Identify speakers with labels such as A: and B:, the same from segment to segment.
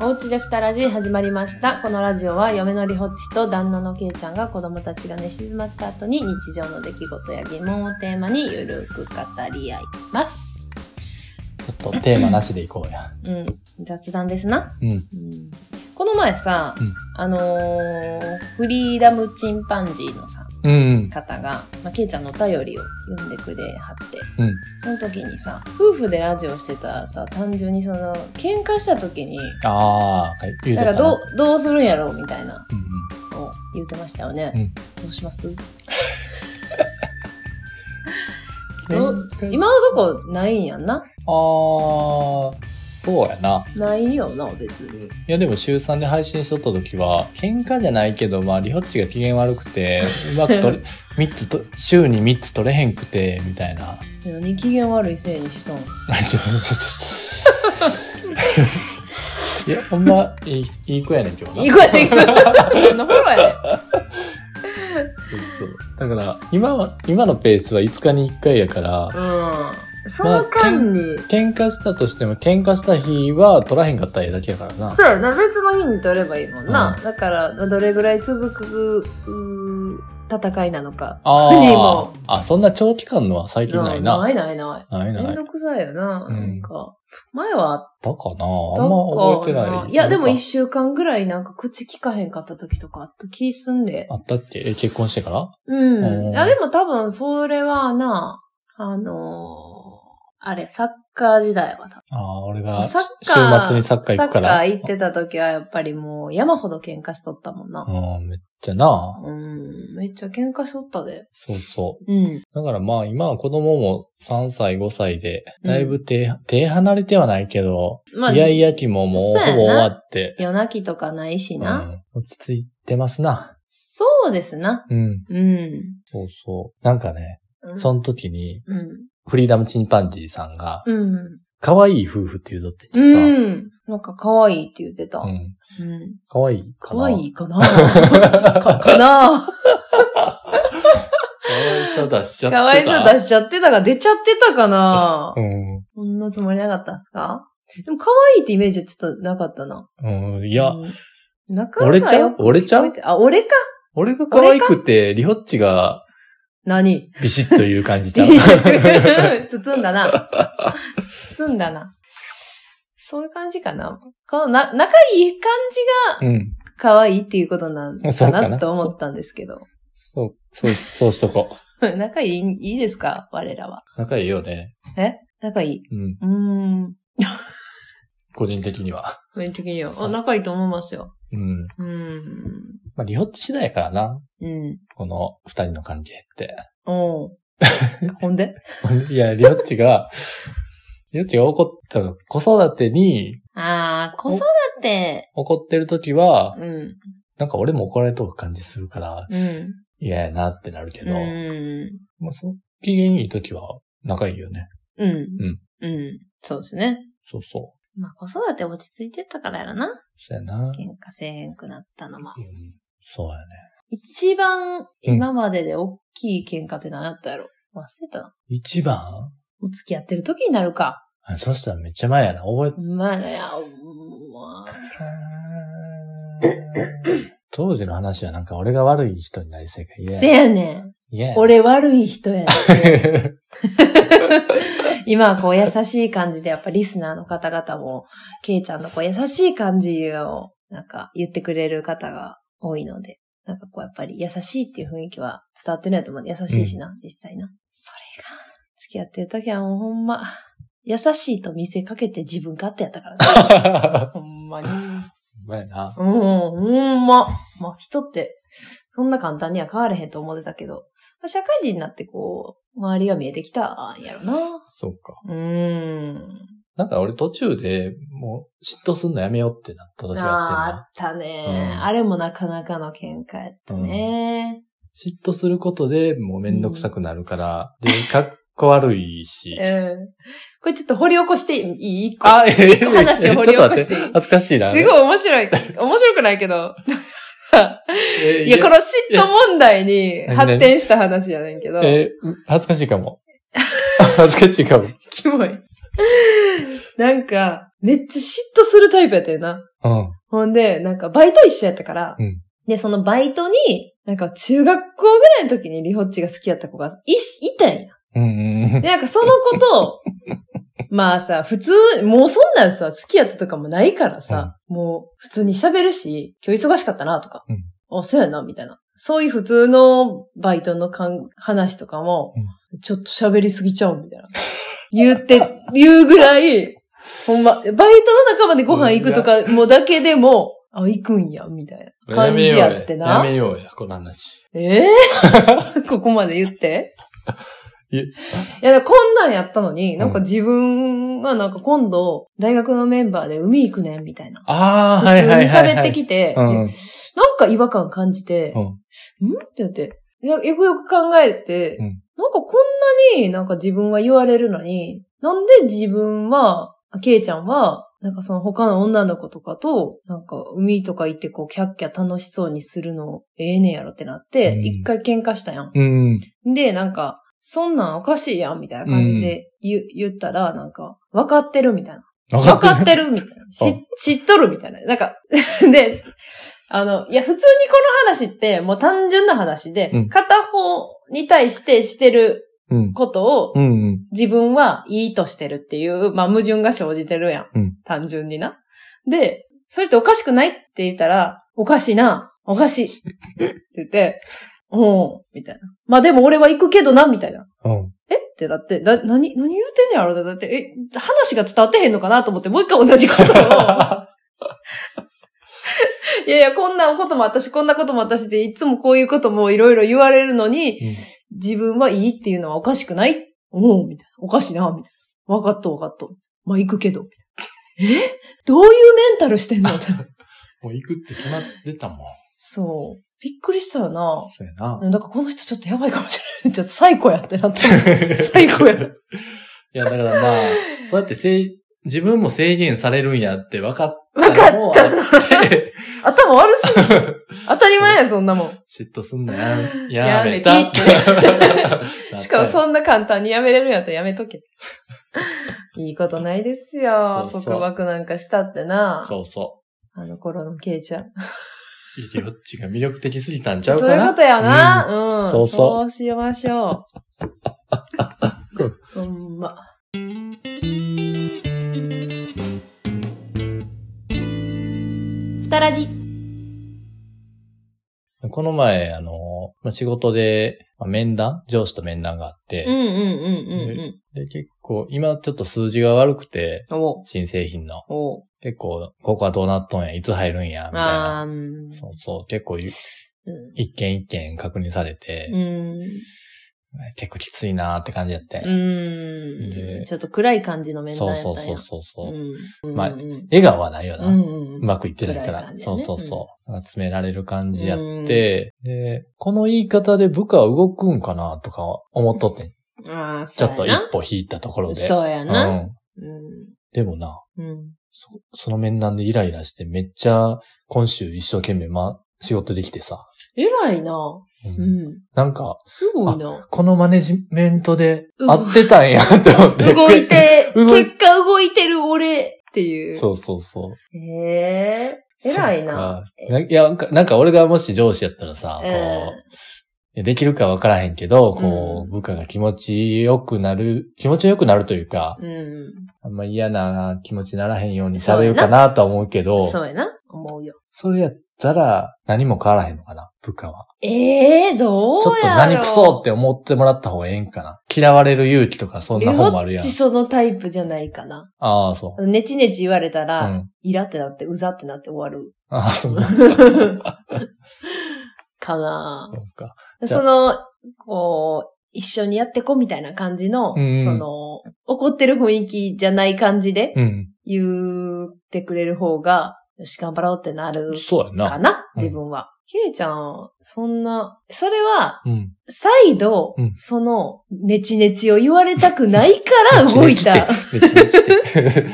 A: おうちでふたラジ始まりました。このラジオは嫁のりほっちと旦那のけいちゃんが子供たちが寝静まった後に日常の出来事や疑問をテーマにゆるく語り合います。
B: ちょっとテーマなしでいこうや。
A: うん。雑談ですな。
B: うん。
A: うん、この前さ、
B: うん
A: あのーフリーダムチンパンジーのさ、
B: うんうん。
A: 方が、まあ、けいちゃんのお便りを読んでくれはって、
B: うん。
A: その時にさ、夫婦でラジオしてたらさ、単純にその、喧嘩した時に、
B: ああ、言う
A: な
B: て
A: ん
B: た
A: かどう、どうするんやろうみたいな
B: うんうん
A: のを言ってましたよね。
B: うん
A: どうしますどう
B: 喧嘩
A: 今のとこないんやんな
B: ああ、そうやな。
A: ないよな、別に。
B: いやでも週3で配信しとった時は、喧嘩じゃないけど、まあ、リホッチが機嫌悪く て、うまく取れ、三つと、週に3つ取れへんくて、みたいな。
A: 何機嫌悪いせいにしたん
B: ちょちょちょいや、ほんま、いい、いい子やねんけどな。
A: いい声でいく。何のフォローやねん。
B: そうそう。だから、今は、今のペースは5日に1回やから、
A: うん。その間に、
B: 喧嘩したとしても、喧嘩した日は取らへんかったらええだけやからな。
A: そうやな、別の日に取ればいいもんな。
B: う
A: だから、どれぐらい続く、うー戦いなのか。に
B: あ
A: も
B: あ。あ、そんな長期間のは最近ない
A: な
B: な。ない
A: いないな
B: ない
A: い。めんどくさいよな。
B: うん
A: なんか、前はあっ
B: だかな
A: た
B: あんま覚えて
A: か
B: ない。
A: いや、でも
B: なん
A: 一
B: か
A: 週間ぐらいなんか口聞かへんかった時とかあった気すんで。
B: あったっけえ結婚してから
A: うん。
B: うん
A: いや、でも多分それはな、あのーあれ、サッカー時代は多
B: ああ、俺が
A: 分。
B: し
A: サッ
B: 週
A: カー。
B: 末にサッカー行くか
A: サッカ
B: ら。
A: ー行ってた時はやっぱりもう山ほど喧嘩しとったもんな。
B: うん、めっちゃな
A: うん、めっちゃ喧嘩しとったで。
B: そうそう。
A: うん。
B: だからまあ今は子供も3歳、5歳で、だいぶ手、手離れてはないけど、
A: まあ、
B: イヤイヤ期ももう
A: そうやな
B: ほぼ終わって、
A: 夜泣きとかないしな。
B: うん、落ち着いてますな。
A: そうですな。
B: うん。
A: うん。
B: そうそう。なんかね、
A: うん
B: その時に、
A: うん。
B: フリーダムチンパンジーさんが、
A: うん。
B: 可愛い夫婦って言うぞって言って
A: うん。なんか可愛いって言ってた。
B: さ、
A: う。
B: うんん。可愛いかな。
A: 可愛いかな か、かな
B: 可愛さ出しちゃってた。
A: 可愛さ出しちゃってたが、出ちゃってたかな
B: うん。
A: こんなつもりなかったんすかでも可愛いってイメージはちょっとなかったな。
B: うん、い
A: い
B: や、、
A: なか
B: 俺
A: な
B: ち
A: か
B: ゃ
A: よ
B: う俺ちゃ
A: く
B: う
A: て。あ、俺か
B: 俺が可愛くて、リホッチが
A: 何
B: ビシッという感じちゃう。
A: 包んだな。包んだな。そういう感じかな。このな、仲いい感じが
B: うん。
A: 可愛いっていうことなん
B: そ
A: か
B: うか
A: な
B: な
A: と思ったんですけど。
B: そう、そう、そうしとこ
A: 仲いい、いいですか我らは。
B: う。仲いいよね。
A: 仲いい。
B: う
A: うー
B: ん。
A: ん。
B: 個人的には。
A: 個人的には。あ、仲いいと思いますよ。
B: うん。
A: うーん。
B: まあ、リホッチ次第やからな。
A: うん。
B: この二人の関係って。
A: お うほんで
B: いや、りょっちが、りょっちが怒ったの、子育てに
A: ああ、子育て。
B: 怒ってる時は、
A: うん。
B: なんか俺も怒られとる感じするから、
A: うん。
B: 嫌やなってなるけ
A: う
B: ど、
A: ん。
B: まあ、そう、機嫌いい時は仲いいよね。
A: うん。うん。そうですね。
B: そうそう。
A: まあ子育て落ち着いてったからやろな。
B: そうやな。
A: 喧嘩せえへんくなったのも。
B: うん、そうやね。
A: 一番今までで大きい喧嘩って何やったやろ忘れたな。
B: 一番
A: もう付き合ってる時になるか。
B: あそしたらめっちゃ前やな。覚え
A: まあ、いや、まあ、
B: 当時の話はなんか俺が悪い人になりそうやから
A: せやねん。
B: 嫌や。 嫌や。
A: 俺悪い人やねん。今はこう優しい感じで、やっぱリスナーの方々も、ケイちゃんのこう優しい感じを、なんか言ってくれる方が多いので、なんかこうやっぱり優しいっていう雰囲気は伝わってないと思う。優しいしな、実際な。それが、付き合ってる時はもうほんま、優しいと見せかけて自分勝手やったからね。 ほんまに。
B: うまいな。
A: うん、ほんま。まあ人って、そんな簡単には変われへんと思ってたけど、まあ社会人になってこう、周りが見えてきたんやろな。
B: そうか。
A: うーん。
B: なんか俺途中でもう嫉妬すんのやめようってなった時が
A: ああ
B: あ
A: ー、あ
B: ってんな。
A: ったね、
B: うん
A: あれもなかなかの喧嘩やったね。
B: 嫉妬することでもうめんどくさくなるから、で、かっこ悪いし。
A: うん。これちょっと掘り起こしていい一個。
B: あ、ええ
A: 一個話を掘り起こしていい。
B: 恥ずかしいな。
A: すごい面白い。面白くないけど。
B: え
A: いや、この嫉妬問題に
B: や
A: 発展した話やねんけど。
B: えーう恥ずかしいかも。恥ずかしいかも。
A: キモい。なんか、めっちゃ嫉妬するタイプやったよな。
B: うん。
A: ほんで、なんかバイト一緒やったから、
B: うん
A: で、そのバイトに、なんか中学校ぐらいの時にリホッチが好きやった子がい、いたんや。
B: うんうんうん。
A: で、なんかそのことを、まあさ、普通、もうそんなんさ、好きやったとかもないからさ、もう普通に喋るし、今日忙しかったなとか、
B: うん
A: あ、そうやな、みたいな。そういう普通のバイトのかん話とかも、ちょっと喋りすぎちゃう、みたいな。言って、言うぐらい、ほんま、バイトの仲間でご飯行くとかもだけでも、あ、行くんや、みたいな感じやって
B: や
A: な。
B: めようや、やめようやこの話。
A: ええ ここまで言って。
B: いえ
A: いや、だからこんなんやったのに、なんか自分がなんか今度、大学のメンバーで海行くねん、みたいな。
B: あ
A: 普
B: あ、はいはいはい、はい。
A: 通に喋ってきて、
B: うんうん
A: なんか違和感感じて、
B: うん
A: んってなって、いやよくよく考えて、
B: うん
A: なんかこんなになんか自分は言われるのに、なんで自分は、あケイちゃんは、なんかその他の女の子とかと、なんか海とか行ってこうキャッキャ楽しそうにするのええねんやろってなって
B: う、ん
A: 一、回喧嘩したやん。
B: うん。
A: で、なんか、そんなんおかしいやんみたいな感じで言,、言ったら、なんか、わかってるみたいな。
B: わ
A: 分か
B: る
A: ってるみたいな。し知っとるみたいな。なんか、 で、あの、いや、普通にこの話って、もう単純な話で、
B: うん
A: 片方に対してしてる
B: うん。
A: ことを
B: うんうん。
A: 自分はいいとしてるっていう、まあ矛盾が生じてるやん。
B: うん
A: 単純にな。で、それっておかしくないって言ったら、おかしいな、おかしい。って言って、うん、みたいな。まあでも俺は行くけどな、みたいな。
B: うん。
A: えってだって、だ、何、何言うてんねやろだって、え、話が伝わってへんのかなと思って、もう一回同じ ことを。いやいや、こんなことも私、こんなことも私で、いつもこういうこともいろいろ言われるのに、
B: うん
A: 自分はいいっていうのはおかしくないおう、みたいな。おかしいな、みたいな。わかっとわかっと。まあ、行くけど、みたいな。えどういうメンタルしてんのみたいな
B: もう行くって決まってたもん。
A: そう。びっくりしたよな。
B: そうやな。
A: だからこの人ちょっとやばいかもしれない。ちょっとサイコやってなって。 最高や
B: いや、だからまあ、そうやってせい、自分も制限されるんやって分かったのもあって、
A: 頭悪すぎる。 当たり前や、そんなもん。
B: 嫉妬すんのや、
A: や
B: や
A: め
B: め
A: た
B: た
A: って
B: って。
A: しかもそんな簡単にやめれるんやったらやめとけ。 いいことないですよ。
B: そうそう
A: 束縛なんかしたってな。
B: そうそ
A: あの頃のケイちゃん。
B: う。イリオッチが魅力的すぎたんちゃう
A: そ
B: か
A: う
B: な。
A: いうことやな。うん。
B: そうそう
A: そうしましょう。 ほんま。ふたらじ。
B: うんこの前、あの、まあ仕事で、まあ面談上司と面談があって、
A: うんうんうんうんうん。
B: で、結構、今ちょっと数字が悪くて、
A: おう
B: 新製品の。
A: おう
B: 結構、ここはどうなっとんや、いつ入るんや、みたい
A: あ
B: な。
A: ーうん
B: そうそう、結構ゆ、
A: う
B: 一件一件確認されて、
A: ん。
B: 結構きついなーって感じだって。
A: うん。
B: で
A: ちょっと暗い感じの面談や
B: そう
A: ったんや
B: そうそうそうそう、
A: うん。
B: まあ
A: うんうん
B: 笑顔はないよな。
A: う
B: うん
A: うんうん。
B: まくいってないから。
A: 暗い感じや
B: そ
A: ね
B: うそうそう。なんか詰められる感じやって、で、この言い方で部下は動くんかなとか思っとってん。
A: ああ、
B: ち
A: そ
B: ょ
A: う
B: っと
A: や
B: 一歩引いたところ
A: な。
B: で。
A: そうや
B: う
A: な。
B: ん。
A: うん。
B: でもな、
A: うん。
B: そその面談でイライラして、めっちゃ今週一生懸命ま、仕事できてさ。
A: 偉いな。
B: うん
A: うん。
B: なんか、
A: すごいな。
B: このマネジメントで
A: うん
B: 合ってたんやって思って。
A: 動いて、
B: 動い
A: 結果動いてる俺っていう。
B: そうそうそう。
A: へえ。偉いな。
B: そうか。ないや、なんか、なんか俺がもし上司やったらさ、こう、
A: うん
B: いやできるかわからへんけど、こう、
A: うん
B: 部下が気持ちよくなる、気持ちよくなるというか、
A: うん。
B: あんま嫌な気持ちにならへんように
A: そう
B: さ
A: やな
B: れるかなとは思うけど、そ
A: そうやな。思うよ。
B: れやったら何も変わらへんのかな、部下は。
A: ええ、どう
B: ちょっと
A: やろ
B: 何クソって思ってもらった方がええんかな。嫌われる勇気とかそん
A: リ
B: な
A: ホ
B: 本もある
A: ッ
B: やん
A: チ。そのタイプじゃないかな。
B: ああ、そう。
A: ねちねち言われた
B: う
A: ら、
B: ん。
A: イラってなって、うざってなって終わる。
B: あ あ、そう
A: かな
B: そうか。じゃあ
A: その、こう、一緒にやってこみたいな感じの、
B: うんうん
A: その、怒ってる雰囲気じゃない感じで
B: うん。
A: 言ってくれる方が、よし、頑張ろうってなる
B: そうや
A: か
B: な。
A: な、
B: うん
A: 自分は。ケイちゃん、そんな、それは、
B: うん。
A: 再度、
B: うん
A: その、ネチネチを言われたくない から動いた。
B: ねちねちって。ねちねちって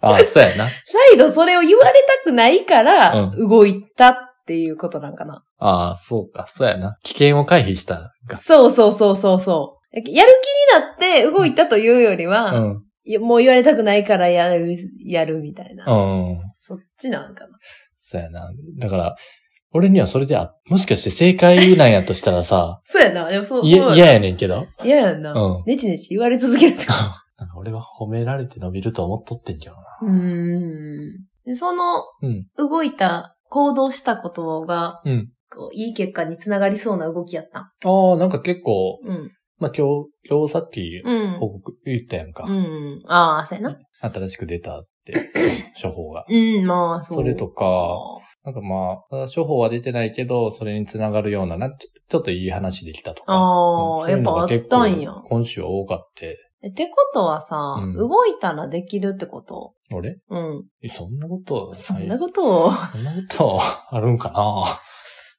B: ああ、そうやな。
A: 再度それを言われたくないから、
B: う
A: 動いたっていうことなんかな。
B: ああ、そうか、そうやな。危険を回避 したか。
A: そうそうそうそうそう。やる気になって動いたというよりは、
B: うん。
A: いもう言われたくないからやる、やるみたいな。
B: うん。
A: そっちなんかな。、
B: そうやな。だから、俺にはそれで、あ、もしかして正解なんやとしたらさ
A: そうやな。でもそう、
B: い
A: そう
B: 嫌やねんけど。
A: 嫌やんな。
B: うん
A: ねちねち言われ続けるって こ
B: なんか俺は褒められて伸びると思っとってんけどな。
A: と。うーん。でその、
B: うん。
A: 動いた、行動したことが、
B: うん。
A: こういい結果につながりそうな動きやった
B: ああ、なんか結構、
A: ん。うん。
B: まあ、今日、今日さっき
A: うん。
B: 報告言ったやんか。
A: うん。ああ、そうやな。
B: 新しく出た って、処方が。
A: うん、まあ、そう。
B: それとか、なんかまあ、処方は出てないけど、それにつながるような、なんちょちょっといい話できたとか。
A: あ
B: う
A: あ、
B: んそう
A: や
B: い
A: っ
B: うの
A: ぱあ
B: が
A: っ
B: 結構
A: たんや。
B: 今週多かって。
A: えってことはさ、
B: うん
A: 動いたらできるってこと
B: 俺
A: うん。
B: えそんなこと、
A: そんな
B: な
A: いことを、
B: そんなこと、 あるんかな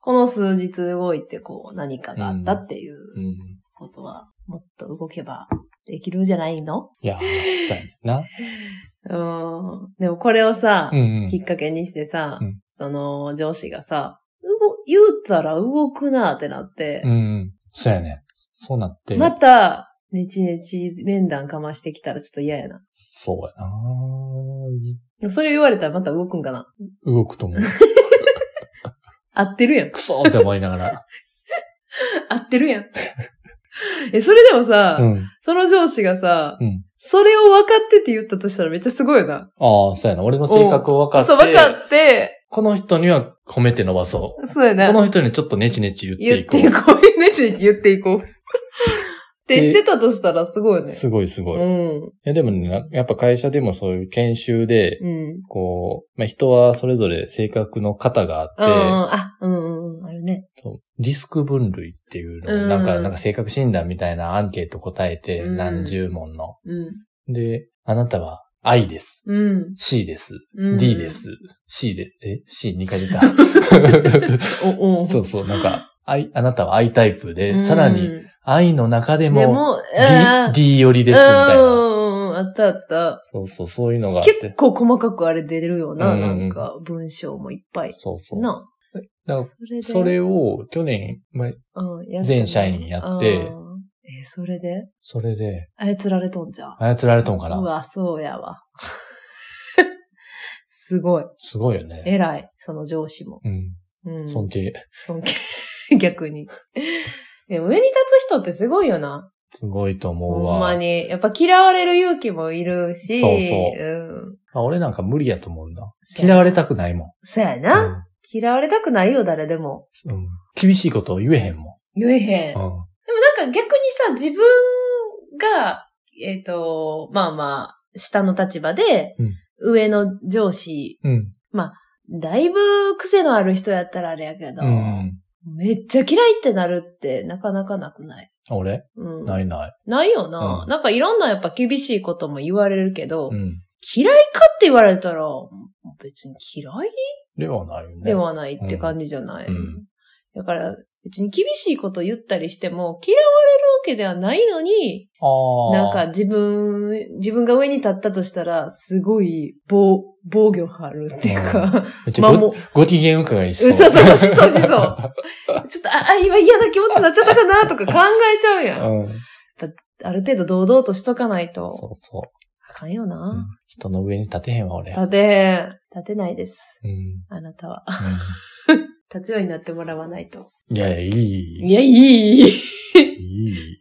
A: この数日動いてこう何かがあったっていう
B: うん。
A: ことは、もっと動けばできるんじゃないの
B: いや、そうや な。
A: うん。でもこれをさ、
B: うん、うん
A: き。っかけにしてさ、
B: うん
A: その上司がさ、動言うたら動くなってなって
B: う、んうん。そうやね。そうなって。
A: また、ねちねち面談かましてきたらちょっと嫌やな。
B: そうやな
A: でもそれ言われたらまた動くんかな
B: 動くと 思う。
A: 合ってるやん。
B: くそーって思いながら。
A: 合ってる やん。え、それでもさ、
B: うん。
A: その上司がさ、
B: うん
A: それを分かってって言ったとしたらめっちゃすごいよな。
B: ああ、そうやな。俺の性格を分かって。
A: そう、分かって、
B: この人には褒めて伸ばそう。
A: そうや
B: こ
A: な。
B: の人にちょっとネチネチ言って
A: 言っ
B: いこう。
A: ていこう。ねちねち言っていこう。ってしてたとしたらすごいよね。
B: すごいすごい。
A: う
B: い
A: ん。
B: やでもね、なやっぱ会社でもそういう研修で、
A: うん。
B: こう、まあ、人はそれぞれ性格の型が
A: うんうん
B: あっ
A: あ、うんうん、あるね。
B: て、そうリスク分類っていうのを、
A: うん
B: なんか、なんか性格診断みたいなアンケート答えて、
A: うん
B: 何十問の。
A: うん。
B: で、あなたは愛です。
A: うん。
B: C です。
A: うん
B: D で。す。C です。え ?C2 回 出た。
A: お、お
B: そうそう、なんか、愛、あなたは愛タイプで、さらに、
A: うん
B: 愛の中で
A: で
B: も、
A: も、
B: D,
A: み
B: D 寄りです、みたいな。
A: うん、あったあった。
B: そうそう、そういうのがあって
A: 結。構細かくあれ出るよな、
B: うんうん
A: な
B: うん
A: んか文章もいっぱい。
B: そうそう。
A: な。
B: だから
A: それで
B: それを去年、まあ、
A: うんやったね
B: 全社員やって
A: あーえ、それで
B: それで
A: 操られとんじゃん。
B: 操られとんか
A: う
B: な。
A: わ、そうやわ。 すごい。
B: すごいよね。
A: 偉い、その上司も。
B: うん。
A: うん。
B: 尊敬。
A: 尊敬。 逆に。でも上に立つ人ってすごいよな。
B: すごいと思うわ。
A: ほんまに。やっぱ嫌われる勇気もいるし。
B: そうそう
A: うん。
B: あ俺なんか無理やと思うな。
A: そうやな
B: 嫌われたくないも
A: そや
B: ん。
A: な、嫌われたくないよ、誰でも。
B: うん。うん厳しいことを言えへんも
A: 言えへん。で
B: ん。うん。
A: もなんか逆にさ、自分が、えっ、と、まあまあ、下の立場で、
B: うん
A: 上の上司、
B: うん。
A: だいぶ癖のある人やったらあれやけど、
B: うん。
A: めっちゃ嫌いってなるってなかなかなくない。
B: 俺
A: うん、
B: ないない。
A: ないよな、
B: うん
A: なんかいろんなやっぱ厳しいことも言われるけど、
B: うん。
A: 嫌いかって言われたら、別に嫌い
B: ではないよね。
A: ではないって感じじゃない。
B: うん
A: だから、別に厳しいこと言ったりしても、嫌われるわけではないのに、
B: ああ。
A: なんか、自分、自分が上に立ったとしたら、すごい防、防御張るっていう か、
B: めっちゃ
A: まあ
B: ご
A: もう、
B: ご機嫌伺いし
A: そう
B: う。
A: そうそう、しそうしそう。ちょっと、あ、あ今嫌な気持ちになっちゃったかなとか考えちゃうやん。
B: うん。
A: ある程度堂々としとかないと、
B: そうそう。
A: あかんよ
B: うん
A: な。
B: 人の上に立てへんわ、俺。
A: 立て、立てないです。
B: うん。
A: あなたは。
B: う
A: 立つようになってもらわないと。
B: ん。いやいや、い
A: い
B: い。
A: や、いい。
B: いい。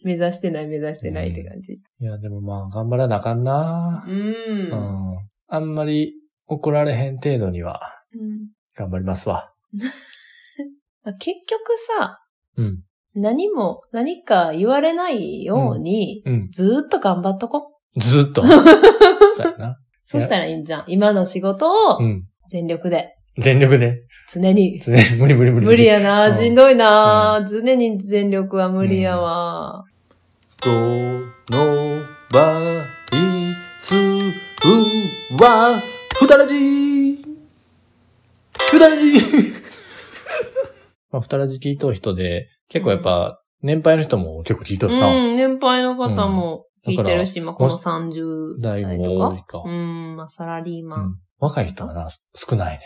A: 目指してない、目指してないって感じ。
B: いや、でもまあ、頑張らなあかんな
A: う、ん
B: う。ん。あんまり怒られへん程度には、
A: うん
B: 頑張りますわ。
A: まあ結局さ、
B: うん。
A: 何も、何か言われないように、
B: うん。
A: ずーっと頑張っとこう。
B: ず ーっと。そうやな。
A: そしたらいいんじゃん。今の仕事を
B: うん。
A: 全力で、
B: 全力で。
A: 常に。
B: 常 に無理無理無理。
A: 無理。やな、
B: うん
A: しんどいな、常に全力は無理やわ。
B: と、の、ば、い、つ、う、わ、ふたらじふた らじまあ、ふたらじ聞いとう人で、結構やっぱ、年配の人も結構聞いと
A: う
B: るな。
A: ん、年配の方も聞いてるし、まあこの
B: も
A: 30
B: 代
A: 代
B: も
A: と
B: 多い
A: か。
B: か
A: う。ん、まあサラリーマ
B: う
A: ン
B: ん。若い人はな、少ないね。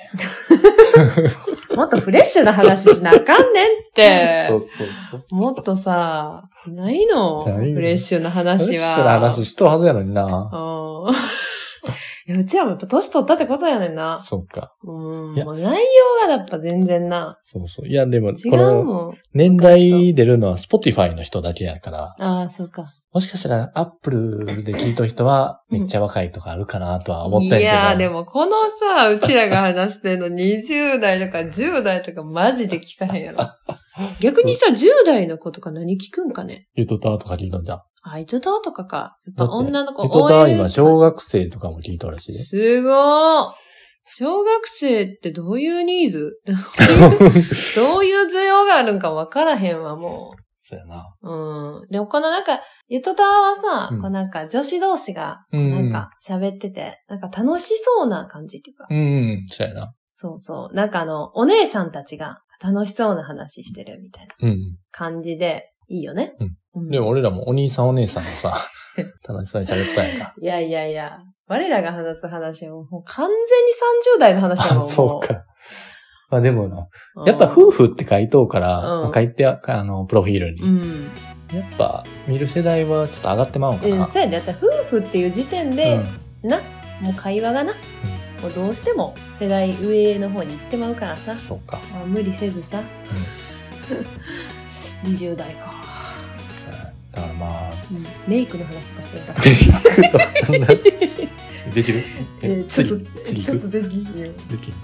A: もっとフレッシュな話しなあかんねんって
B: そ。うそうそう。
A: もっとさ、ないの
B: ないの
A: フレッシュな
B: フ
A: 話
B: レッシ
A: は。
B: ュな話しとるはずやのにな。
A: うん。 いやうちらもやっぱ年取ったってことやねんな。
B: そうか。
A: うん。
B: いや
A: もう内容がやっぱ全然な。
B: そうそう。いや、でも、
A: 違
B: こ
A: う
B: の、
A: もん。
B: 年代出るのは Spotify の人だけやから、
A: ああ、そうか。
B: もしかしたら Apple で聞いとる人は、めっちゃ若いとかあるかなとは思った
A: い
B: んやけど。
A: やー、でもこのさ、うちらが話してんの20代とか10代とかマジで聞かへんや ろ。逆にさ、10代の子とか何聞くんかね
B: ゆとたとか聞いとんじゃん。
A: あ、イトタとかか。やっぱ
B: だって
A: 女の子
B: ゆとた
A: OL
B: 今、小学生とかも聞いとるらし いで。
A: すごー小学生ってどういうニーズ どういう需要があるんかわからへんわ、も
B: そうやな。
A: う。うん。でもこのなんか、ゆとたわはさ、
B: うん
A: こうなんか女子同士が、
B: うん
A: なんか喋ってて、なんか楽しそうな感じっていうか、
B: うん、そうやな。
A: そうそう。なんかあの、お姉さんたちが楽しそうな話してるみたいな
B: うん。
A: 感じで、いいよね。
B: うん
A: うん
B: でも俺らもお兄さんお姉さん がさ、楽しそうに喋ったんやんか。
A: いやいやいや、我らが話す話はもう完全に30代の話だ
B: あ、
A: もん。
B: そうか。まあでもな、
A: もう。
B: やっぱ夫婦って書いとうから、
A: うん
B: まあ書いてあ、あの、プロフィールに。
A: うん。
B: やっぱ、見る世代はちょっと上がってまうんか
A: うん、
B: な。
A: そうやで、だって夫婦っていう時点
B: う
A: で、
B: ん
A: な、もう会話がな、もうどうしても世代上の方に行ってまうからさ、
B: そうか。
A: まあ無理せず さ、20代か、
B: だからまあ、
A: うんメイクの話とかしてるから。
B: できる
A: えちょっと、
B: 次
A: ちょっと
B: 行
A: できんね。
B: くできる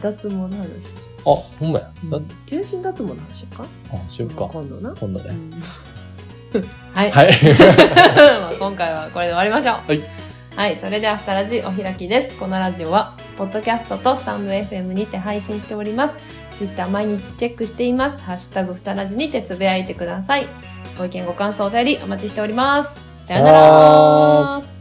A: 脱毛の話でしょ。
B: あ、ほんまや。だ
A: 全身脱毛の話しようか
B: あ、しよっか。
A: 今度な。
B: 今度ね。
A: はい。
B: はい。
A: まあ今回はこれで終わりましょう。
B: はい。
A: はい、それでは、ふたラジお開きです。このラジオは、ポッドキャストとスタンド FM にて配信しております。ツイッター毎日チェックしています。ハッシュタグふたラジにてつぶやいてください。ご意見、ご感想、お便りお待ちしております。さよな
B: さよな
A: ら。